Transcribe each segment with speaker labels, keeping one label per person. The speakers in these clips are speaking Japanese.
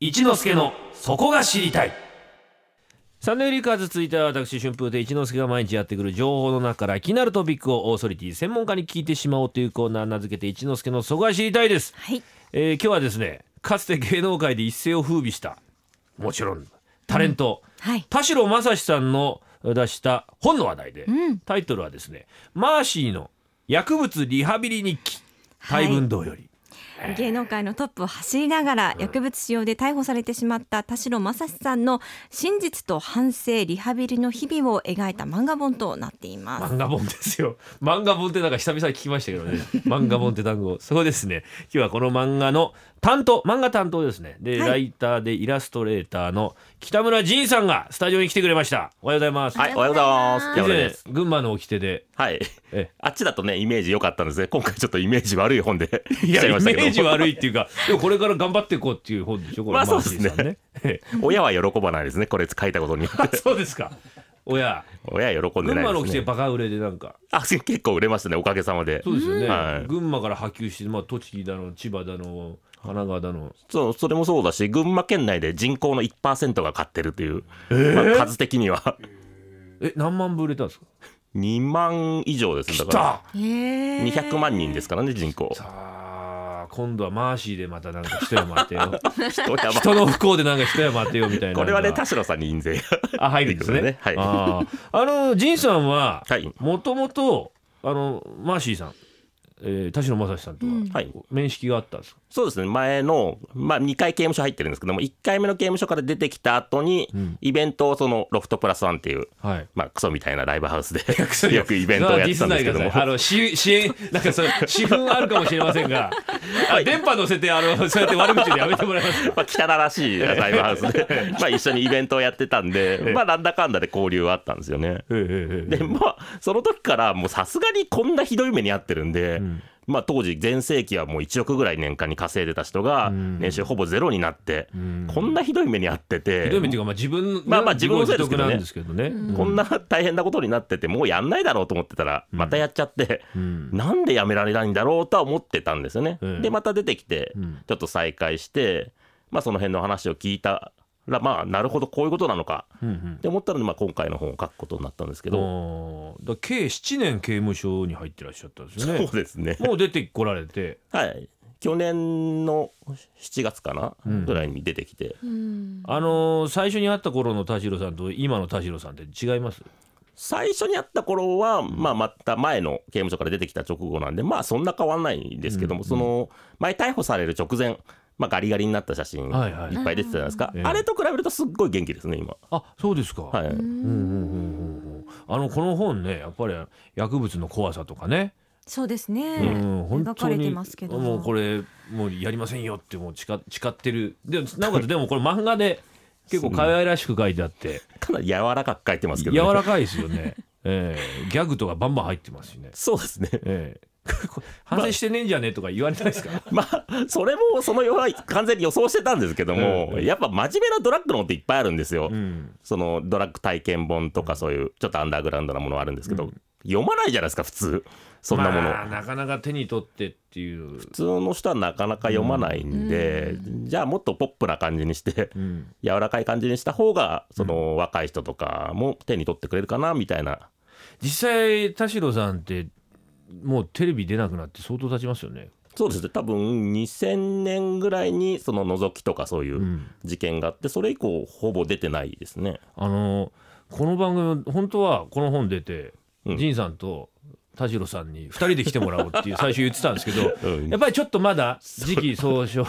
Speaker 1: 一之助のそこが知りたいサンデーリーカーズ続いては私春風亭一之輔が毎日やってくる情報の中から気になるトピックをオーソリティ専門家に聞いてしまおうというコーナー名付けて一之輔のそこが知りたいです、
Speaker 2: はい。
Speaker 1: えー今日はですねかつて芸能界で一世を風靡したもちろんタレント、
Speaker 2: はい。
Speaker 1: 田代正史さんの出した本の話題で、
Speaker 2: ん
Speaker 1: タイトルはですねマーシーの薬物リハビリ日記大文堂より、
Speaker 2: 芸能界のトップを走りながら薬物使用で逮捕されてしまった田代正史さんの真実と反省リハビリの日々を描いた漫画本となっています。
Speaker 1: 漫画本ですよ 漫画本ってなんか久々に聞きましたけどね漫画本って単語そうですね今日はこの漫画の担当漫画担当ですねで、
Speaker 2: はい
Speaker 1: ライターでイラストレーターの北村仁さんがスタジオに来てくれましたおはようございます、
Speaker 3: はい、おはようございます。
Speaker 1: 以
Speaker 3: 山田
Speaker 1: 前
Speaker 3: です。
Speaker 1: 群馬の掟で
Speaker 3: はい。
Speaker 1: え
Speaker 3: あっちだとね、イメージ良かったんですね。今回ちょっとイメージ悪い本で
Speaker 1: い
Speaker 3: 来
Speaker 1: やイ
Speaker 3: ちゃい
Speaker 1: メ
Speaker 3: ましたけど。
Speaker 1: ージ悪いっていうかでもこれから頑張っていこうっていう本でしょこれ
Speaker 3: まあ
Speaker 1: マーシーさん
Speaker 3: そうで親は喜ばないですね。これ書いたこと によって。
Speaker 1: そうですか親
Speaker 3: 親は喜んで
Speaker 1: 群馬
Speaker 3: ない
Speaker 1: の
Speaker 3: で
Speaker 1: 掟
Speaker 3: すね。
Speaker 1: バカ売れでなんか
Speaker 3: あ、結構売れましたね。おかげさまで。
Speaker 1: そうですよね、
Speaker 3: はい
Speaker 1: 群馬から波及して、まあ、栃木だの千葉だの神奈川だの
Speaker 3: そう、それもそうだし、群馬県内で人口の1%が買ってるという、まあ数的には
Speaker 1: え何万部売れたんですか
Speaker 3: 2万以上ですね。だ
Speaker 1: 来
Speaker 3: か
Speaker 1: た
Speaker 3: ら200
Speaker 2: 200
Speaker 3: 万人ですからね、人口。
Speaker 1: さあ今度はマーシーでまたなんか一山当て よう
Speaker 3: 人 やばい
Speaker 1: 人の不幸でなんか一山当てようみたいな
Speaker 3: これはね、田代さんに印税が。
Speaker 1: あ入るんですね
Speaker 3: いいですねはい
Speaker 1: あーあの仁さんは
Speaker 3: はい。
Speaker 1: もともとあのマーシーさん、えー、田代正史さんとは、
Speaker 2: うん
Speaker 3: はい。
Speaker 1: 面識があったんですか
Speaker 3: そうですね前の、まあ、2回刑務所入ってるんですけども1回目の刑務所から出てきた後に、
Speaker 1: うん
Speaker 3: イベントをそのロフトプラスワンっていう、
Speaker 1: はい
Speaker 3: まあ、クソみたいなライブハウ スでよくイベントをやってたんですけど
Speaker 1: それはディスないでくだ
Speaker 3: も
Speaker 1: さいあのし支援なんかそれ 私憤あるかもしれませんが、あ電波乗せてあのそうやって悪口でやめてもらえ ますか
Speaker 3: まあ、汚らしいライブハウス でまあ一緒にイベントをやってたんで、まあ、なんだかんだで交流はあったんですよね。でまあその時からもうさすがにこんなひどい目に遭ってるんで、
Speaker 1: ん
Speaker 3: まあ、当時全盛期はもう1億ぐらい年間に稼いでた人が
Speaker 1: うん
Speaker 3: 年収ほぼゼロになって、
Speaker 1: ん
Speaker 3: こんなひどい目に遭ってて。
Speaker 1: ひどい目っていうか、まあ、自分
Speaker 3: まあまあ自分のせいです
Speaker 1: 独
Speaker 3: けどね
Speaker 1: なんですけどね、
Speaker 3: こんな大変なことになっててもうやんないだろうと思ってたらまたやっちゃって、なんでやめられないんだろうとは思ってたんですよね。
Speaker 1: うん
Speaker 3: でまた出てきて
Speaker 1: うん
Speaker 3: ちょっと再会して、まあ、その辺の話を聞いたらまあなるほどこういうことなのか
Speaker 1: うんうん
Speaker 3: って思ったので、まあ、今回の本を書くことになったんですけど、
Speaker 1: あーだから計7年刑務所に入ってらっしゃったんですよね
Speaker 3: そうですね。
Speaker 1: もう出てこられて
Speaker 3: はい去年の7月かな、
Speaker 1: うん
Speaker 3: ぐらいに出てきて
Speaker 1: あのー最初に会った頃の田代さんと今の田代さんって違います
Speaker 3: 最初にやった頃は、まあ、また前の刑務所から出てきた直後なんで、まあ、そんな変わんないんですけども、その前逮捕される直前、まあ、ガリガリになった写真、
Speaker 1: はい
Speaker 3: い
Speaker 1: はい
Speaker 3: っぱい出てたじゃないですか、
Speaker 1: ええ
Speaker 3: あれと比べるとすっごい元気ですね、今。
Speaker 1: あそうですか、
Speaker 3: はい、
Speaker 1: うんうんうんうんうんあのこの本ねやっぱり薬物の怖さとかね、
Speaker 2: そうですね。
Speaker 1: うん、
Speaker 2: 描かれてますけど。
Speaker 1: もうこれもうやりませんよってもう誓誓ってるでなおかつでもこれ漫画で結構可愛らしく書いてあって
Speaker 3: かなり柔らかく書いてますけど、ね、
Speaker 1: 柔らかいですよね、ええギャグとかバンバン入ってますしね、
Speaker 3: そうですね、
Speaker 1: ええこれ 反省してねえんじゃねえとか言われないですか、
Speaker 3: まあ、それもそのような完全に予想してたんですけども、
Speaker 1: うん
Speaker 3: やっぱ真面目なドラッグのっていっぱいあるんですよ、
Speaker 1: うん
Speaker 3: そのドラッグ体験本とか、そういうちょっとアンダーグラウンドなものはあるんですけど、読まないじゃないですか、普通、そんなもの。
Speaker 1: まあなかなか手に取ってっていう、
Speaker 3: 普通の人はなかなか読まないんで、じゃあもっとポップな感じにして
Speaker 1: うん、
Speaker 3: 柔らかい感じにした方がその若い人とかも手に取ってくれるかなみたいな
Speaker 1: 実際田代さんってもうテレビ出なくなって相当経ちますよね、、
Speaker 3: そうですね多分2000年ぐらいにその覗きとかそういううん事件があってそれ以降ほぼ出てないですね
Speaker 1: あのこの番組本当はこの本出て
Speaker 3: うん
Speaker 1: 仁、さんと田代さんに2人で来てもらおうって いう最初言ってたんですけど
Speaker 3: うん
Speaker 1: やっぱりちょっとまだ時期尚早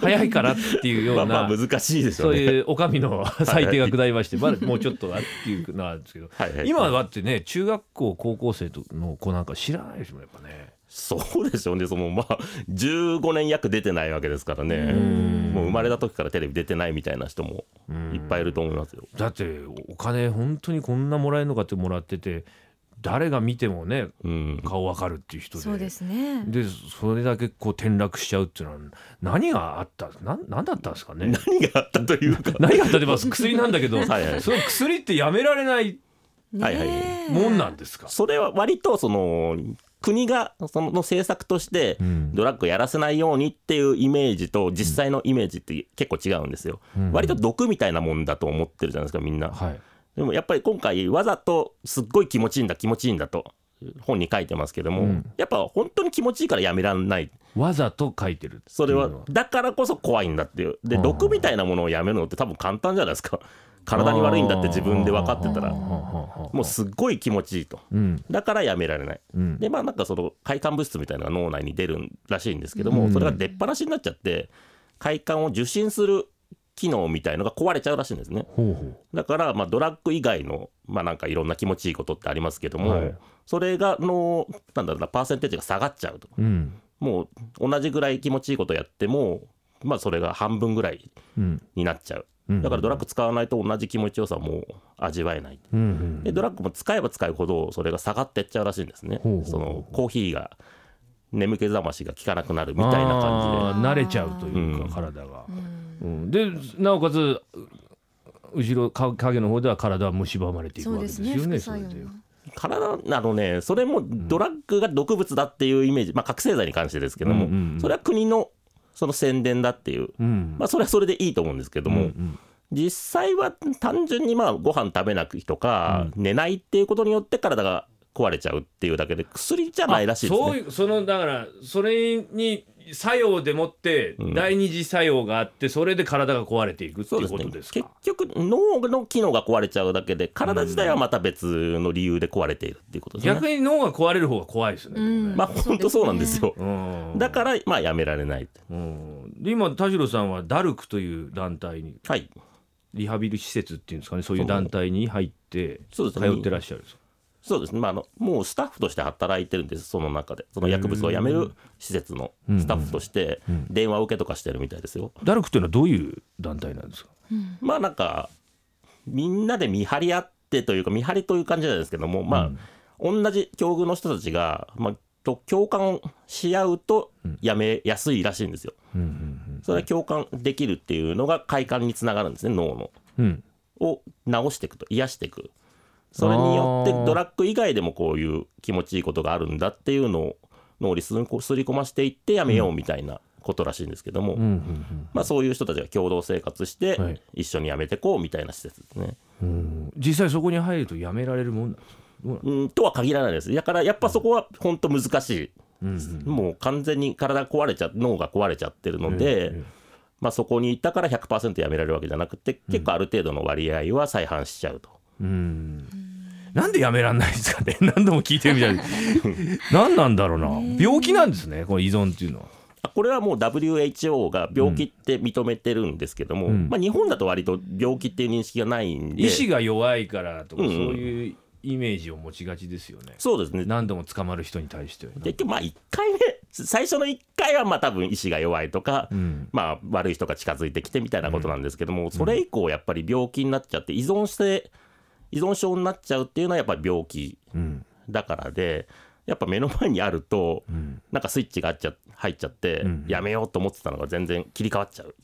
Speaker 1: 早いかなっていうよう
Speaker 3: ま
Speaker 1: な、
Speaker 3: あまあ難しいです
Speaker 1: そ
Speaker 3: よ
Speaker 1: う
Speaker 3: ね
Speaker 1: いうお上 の裁定が下りまして、まだもうちょっとはっていうのはあるんですけど、
Speaker 3: はいはい
Speaker 1: 今はだってね、中学校、高校生の子なんか知らないですもん、やっぱね。
Speaker 3: そうですよねそのまあ15年約出てないわけですからねもう生まれた時からテレビ出てないみたいな人もいっぱいいると思いますよ
Speaker 1: だって、お金、本当にこんなもらえるのかってもらってて、誰が見てもね、
Speaker 3: うん
Speaker 1: 顔わかるっていう人で。
Speaker 2: そうですね。
Speaker 1: でそれだけこう転落しちゃうっていうのは何があったなん何だったんですかね
Speaker 3: 何があったというか
Speaker 1: 何があったって まあ薬なんだけど、
Speaker 3: はいはい
Speaker 1: その薬ってやめられない
Speaker 2: ねえ
Speaker 3: はいは
Speaker 1: もんなんですか
Speaker 3: それは割とその国がそのの政策として
Speaker 1: うん
Speaker 3: ドラッグをやらせないようにっていうイメージと実際のイメージって結構違うんですよ、
Speaker 1: うん
Speaker 3: 割と毒みたいなもんだと思ってるじゃないですかみんな、
Speaker 1: はい
Speaker 3: でもやっぱり今回わざとすっごい気持ちいいんだ気持ちいいんだと本に書いてますけど
Speaker 1: う
Speaker 3: も、
Speaker 1: ん
Speaker 3: やっぱ本当に気持ちいいからやめらんない
Speaker 1: わざと書いてる
Speaker 3: それ
Speaker 1: っていうの
Speaker 3: はだからこそ怖いんだっていうで
Speaker 1: うん
Speaker 3: 毒みたいなものをやめるのって多分簡単じゃないですか体に悪いんだって自分で分かってたら
Speaker 1: うん
Speaker 3: もうすっごい気持ちいいと
Speaker 1: うん
Speaker 3: だからやめられない
Speaker 1: うん
Speaker 3: でまあなんかその快感物質みたいなのが脳内に出るらしいんですけども、
Speaker 1: うん
Speaker 3: それが出っ放しになっちゃって快感を受信する機能みたいのが壊れちゃうらしいんですね
Speaker 1: ほうほ
Speaker 3: だからまあドラッグ以外のまあなんかいろんな気持ちいいことってありますけども、
Speaker 1: はい
Speaker 3: それがのなんだろうなパーセンテージが下がっちゃうと
Speaker 1: ううん
Speaker 3: もう同じぐらい気持ちいいことやってもまあそれが半分ぐらい
Speaker 1: うん
Speaker 3: になっちゃう
Speaker 1: うん
Speaker 3: だからドラッグ使わないと同じ気持ちよさも味わえない
Speaker 1: うんうん
Speaker 3: でドラッグも使えば使うほどそれが下がってっちゃうらしいんですね
Speaker 1: ほうほうほう
Speaker 3: そのコーヒーが眠気覚ましが効かなくなるみたいな感
Speaker 1: あー慣れちゃうというか、
Speaker 3: うん
Speaker 1: 体が、
Speaker 2: うん
Speaker 1: うん、でなおかつ後ろか影の方では体は蝕まれていく
Speaker 2: そう
Speaker 1: わけ
Speaker 2: で
Speaker 1: ですす
Speaker 2: ね
Speaker 1: よね
Speaker 2: 副作
Speaker 1: それで
Speaker 2: 用が
Speaker 3: じで体あのねそれもドラッグが毒物だっていうイメージ、まあ、覚醒剤に関してですけども、
Speaker 1: うんうんうん
Speaker 3: それは国のその宣伝だっていう、
Speaker 1: うん
Speaker 3: まあ、それはそれでいいと思うんですけど
Speaker 1: うん
Speaker 3: も、
Speaker 1: うん
Speaker 3: 実際は単純にまあご飯食べないとか、寝ないっていうことによって体が壊れちゃうっていうだけで薬じゃないらしいですね。
Speaker 1: あそういうそのだからそれに作用でもって
Speaker 3: うん
Speaker 1: 第二次作用があってそれで体が壊れていくっていうことですか、
Speaker 3: 結局脳の機能が壊れちゃうだけで体自体はまた別の理由で壊れているっていうことですね。
Speaker 1: 逆に脳が壊れる方が怖いですね、
Speaker 2: うん
Speaker 3: まあ本当そうなんですよ。
Speaker 1: うん
Speaker 3: だからまあやめられない。
Speaker 1: うんで今田代さんはダルクという団体に
Speaker 3: はい。
Speaker 1: リハビリ施設っていうんですかねそういう団体に入って
Speaker 3: そ
Speaker 1: 通
Speaker 3: うですね
Speaker 1: ってらっしゃるんですか
Speaker 3: そうですね。まああのもうスタッフとして働いてるんです。その中でその薬物をやめる施設のスタッフとして電話を受けとかしてるみたいですよ。
Speaker 1: ダルクというのはどういう団体なんですか
Speaker 3: まあなんかみんなで見張り合ってというか見張りという感じなんですけどもまあ、同じ境遇の人たちが、まあ、と共感し合うとやめやすいらしいんですよ。それは共感できるっていうのが快感につながるんですね脳の
Speaker 1: うん
Speaker 3: を治していくと癒していくそれによって
Speaker 1: あー
Speaker 3: ドラッグ以外でもこういう気持ちいいことがあるんだっていうのを脳にすり込ませていってやめようみたいなことらしいんですけども、
Speaker 1: うんうん
Speaker 3: まあ、そういう人たちが共同生活し
Speaker 1: は
Speaker 3: て
Speaker 1: い
Speaker 3: 一緒にやめてこうみたいな施設ですね。
Speaker 1: うんうん実際そこに入るとやめられるもんなんですかどうなんで
Speaker 3: うんとは限らないです。だからやっぱそこは本当難しい。
Speaker 1: すか
Speaker 3: もう完全に体が壊れちゃ脳が壊れちゃってるので、
Speaker 1: うんうん
Speaker 3: まあ、そこにいたから100%やめられるわけじゃなくて結構ある程度の割合は再犯しちゃうと、
Speaker 1: うんなんでやめらんないんですかね 何度も聞いてるみたいで何なんだろうな病気なんですねこの依存っていうのは
Speaker 3: あこれはもう WHO が病気って認めてるんですけども、
Speaker 1: うん
Speaker 3: まあ、日本だと割と病気っていう認識がないんで
Speaker 1: 意志が弱いからとか
Speaker 3: う
Speaker 1: そ
Speaker 3: ん
Speaker 1: う
Speaker 3: うん
Speaker 1: いうイメージを持ちがちですよね
Speaker 3: そうですね
Speaker 1: 何度も捕まる人に対しては
Speaker 3: 結局まあ1回目最初の1回はまあ多分意志が弱いとか、
Speaker 1: うん
Speaker 3: まあ、悪い人が近づいてきてみたいなことなんですけども、それ以降やっぱり病気になっちゃって依存して依存症になっちゃうっていうのはやっぱり病気
Speaker 1: うん
Speaker 3: だからでやっぱ目の前にあると
Speaker 1: うん
Speaker 3: なんかスイッチがあっちゃ入っちゃって、
Speaker 1: ん
Speaker 3: やめようと思ってたのが全然切り替わっちゃう、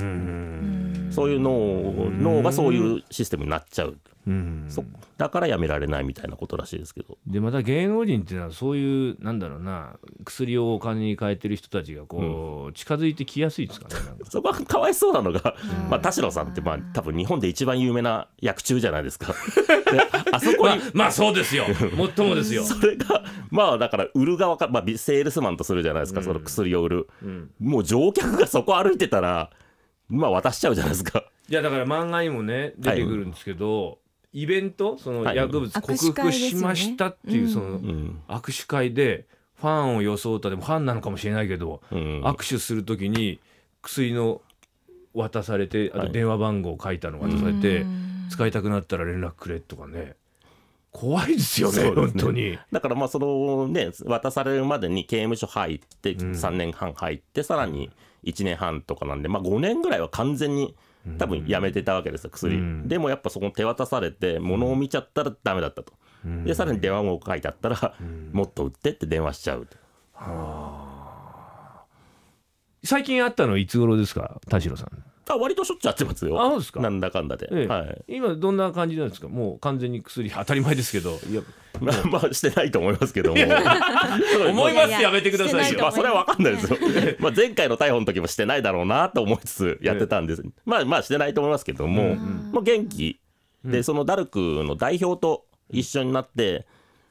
Speaker 1: うん
Speaker 3: そういう脳脳がそういうシステムになっちゃう、
Speaker 1: うん
Speaker 3: そだからやめられないみたいなことらしいですけど
Speaker 1: でまた芸能人っていうのはそういうなんだろうな薬をお金に変えてる人たちがこう、近づいてきやすいですかねなんか
Speaker 3: そこはかわいそうなのが、まあ、田代さんってまあ多分日本で一番有名な薬中じゃないです か。であそこ
Speaker 1: まあ
Speaker 3: に、
Speaker 1: まあそうですよ もっともですよ、
Speaker 3: それがまあだから売る側か、まあ、ビセールスマンとするじゃないですか、その薬を売る
Speaker 1: うん、
Speaker 3: もう乗客がそこ歩いてたらまあ渡しちゃうじゃないですか
Speaker 1: いやだから漫画にもね出てくるんですけど、イベントその
Speaker 3: はい
Speaker 1: 薬物克服しましたっていう
Speaker 2: 握手会
Speaker 1: そ
Speaker 2: ですよね
Speaker 1: の握手会で
Speaker 3: うん、
Speaker 1: ファンを装ったでもファンなのかもしれないけど、
Speaker 3: うん、
Speaker 1: 握手するときに薬の渡されてあ
Speaker 3: は
Speaker 1: と
Speaker 3: い
Speaker 1: 電話番号書いたの渡されて、使いたくなったら連絡くれとかね怖いですよね
Speaker 3: そうで
Speaker 1: 本
Speaker 3: すね
Speaker 1: 当に。
Speaker 3: だからまあそのね渡されるまでに刑務所入って
Speaker 1: うん
Speaker 3: 3年半入ってさらに1年半とかなんで、まあ、5年ぐらいは完全に多分やめてたわけですよ薬、
Speaker 1: うん
Speaker 3: でもやっぱそこ手渡されて物を見ちゃったらダメだったとでさらに電話も書いてあったら、もっと売ってって電話しちゃう
Speaker 1: 最近会ったのいつ頃ですか田代さん
Speaker 3: あ割としょっちゅう会ってます
Speaker 1: あ
Speaker 3: よ
Speaker 1: そうですか
Speaker 3: なんだかんだで、
Speaker 1: ええ
Speaker 3: はい
Speaker 1: 今どんな感じなんですかもう完全に薬当たり前ですけどいや
Speaker 3: まあまあしてないと思いますけども
Speaker 1: 思い
Speaker 2: ま
Speaker 1: ますす
Speaker 2: や
Speaker 1: や
Speaker 2: め
Speaker 1: め
Speaker 2: て
Speaker 1: て
Speaker 2: く
Speaker 1: く
Speaker 2: だ
Speaker 1: だ
Speaker 2: さ
Speaker 1: さ
Speaker 2: い
Speaker 1: い
Speaker 2: よ
Speaker 1: よ
Speaker 3: まあそれは分かんないで すよまあ前回の逮捕の時もしてないだろうなと思いつつやってたんです、まあまあしてないと思いますけども、
Speaker 1: うん
Speaker 3: もう元気で、
Speaker 1: うん
Speaker 3: そのダルクの代表と一緒になって、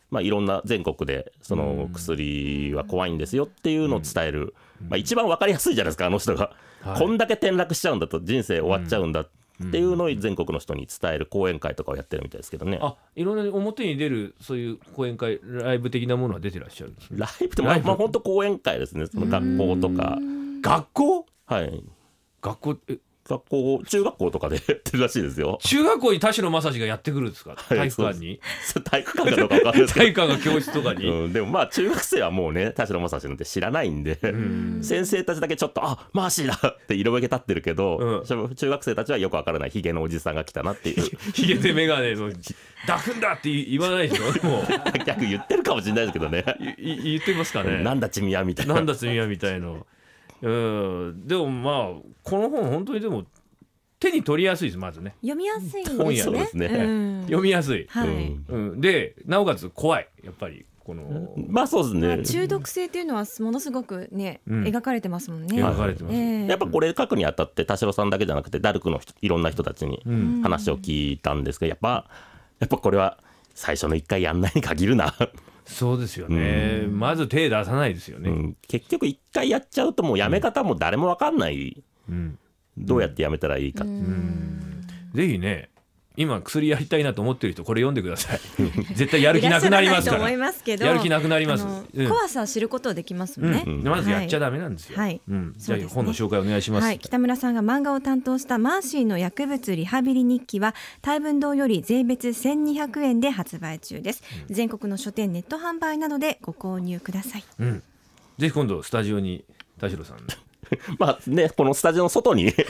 Speaker 3: まあ、いろんな全国でその
Speaker 1: うん
Speaker 3: 薬は怖いんですよっていうのを伝える、まあ、一番分かりやすいじゃないですかあの人が、
Speaker 1: はい
Speaker 3: こんだけ転落しちゃうんだと人生終わっちゃうんだっていうのを全国の人に伝える講演会とかをやってるみたいですけどね。
Speaker 1: あいろんな表に出るそういう講演会ライブ的なものは出てらっしゃるんですね
Speaker 3: ライブって、ま
Speaker 1: ラ
Speaker 3: あ
Speaker 1: イブ
Speaker 3: まあ、本当講演会ですねその学校とか、
Speaker 1: 学校
Speaker 3: はい、
Speaker 1: 学校え
Speaker 3: 学校中学校とかでやってるらしいですよ。
Speaker 1: 中学校に田代正史がやってくるんですか体育館に
Speaker 3: 体育館かどうか分かんないですけど
Speaker 1: 体育館が教室とかに、
Speaker 3: うん、でもまあ中学生はもうね田代正史なんて知らないんで、先生たちだけちょっと「あマーシーだ!」 って色分け立ってるけど、中学生たちはよくわからないヒゲのおじさんが来たなっていう
Speaker 1: ひげで眼鏡のダフんだって言わないでしょもう
Speaker 3: 逆言ってるかもしれないですけどね
Speaker 1: いい言ってますか ね
Speaker 3: なんだちみやみたいな
Speaker 1: なんだ罪やみたいのうんでもまあこの本本当にでも手に取りやすいですまずね
Speaker 2: 読みやすいん
Speaker 3: 本
Speaker 2: で
Speaker 3: 屋
Speaker 2: す
Speaker 3: そう
Speaker 2: ね
Speaker 3: ですね
Speaker 2: うん
Speaker 1: 読みやすい、
Speaker 2: は
Speaker 3: う
Speaker 2: い
Speaker 3: ん
Speaker 1: うん、でなおかつ怖いやっぱりこの
Speaker 3: まあそう
Speaker 2: まあ
Speaker 3: ですね
Speaker 2: 中毒性というのはものすごくね
Speaker 1: うん
Speaker 2: 描かれてますもんね
Speaker 1: 描かれてます、
Speaker 2: ええ
Speaker 3: やっぱこれ書くにあたって田代さんだけじゃなくてダルクの人いろんな人たちに
Speaker 1: うん
Speaker 3: 話を聞いたんですけどやっぱやっぱこれは最初の一回やんないに限るな、
Speaker 1: そうですよね、まず手出さないですよ
Speaker 3: う
Speaker 1: ね、
Speaker 3: ん、結局一回やっちゃうともうやめ方も誰もわかんない
Speaker 1: うん
Speaker 3: どうやってやめたらいいかっていう
Speaker 1: ぜひね今薬やりたいなと思ってる人これ読んでくだ さい絶対やる気なくなりますか
Speaker 2: いらっしゃらないと思
Speaker 1: ら
Speaker 2: いますけど
Speaker 1: やる気なくなります
Speaker 2: あの
Speaker 1: うん
Speaker 2: 怖さを知ることできますも
Speaker 1: うん
Speaker 2: ね、
Speaker 1: ん、まずやっちゃダメなんですよ、
Speaker 2: はい
Speaker 1: うん、じ
Speaker 2: そ
Speaker 1: ゃ
Speaker 2: う
Speaker 1: あ
Speaker 2: ですね
Speaker 1: 本の紹介お願いします、
Speaker 2: はい、北村さんが漫画を担当したマーシーの薬物リハビリ日記は大文堂より税別1200円で発売中です、全国の書店ネット販売などでご購入ください
Speaker 1: うん、ぜひ今度スタジオに田代さん
Speaker 3: まあね、このスタジオの 外に田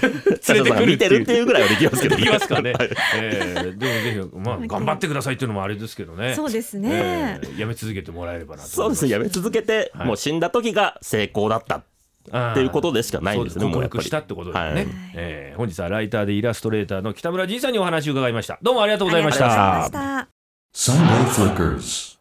Speaker 3: 代さんが見てるっていうぐらいはできますけど
Speaker 1: でき ますかね
Speaker 3: はい、
Speaker 1: えーでもぜひ、まあ、頑張ってくださいっていうのもあれですけどね
Speaker 2: そうですね
Speaker 1: えーやめ続けてもらえればなと
Speaker 3: そ
Speaker 1: 思いま
Speaker 3: うですすね、やめ続けて、
Speaker 1: はい
Speaker 3: もう死んだ時が成功だった
Speaker 1: っ
Speaker 3: っていうことでしかないんですね、も
Speaker 1: 克
Speaker 3: うやっぱ
Speaker 1: 服
Speaker 3: り。
Speaker 1: したってことですね、
Speaker 3: はい
Speaker 1: えー本日はライターでイラストレーターの北村仁さんにお話を伺いましたどうもありがとう
Speaker 2: あ
Speaker 1: ございました
Speaker 2: りがとうございました
Speaker 4: Sunday Flickers.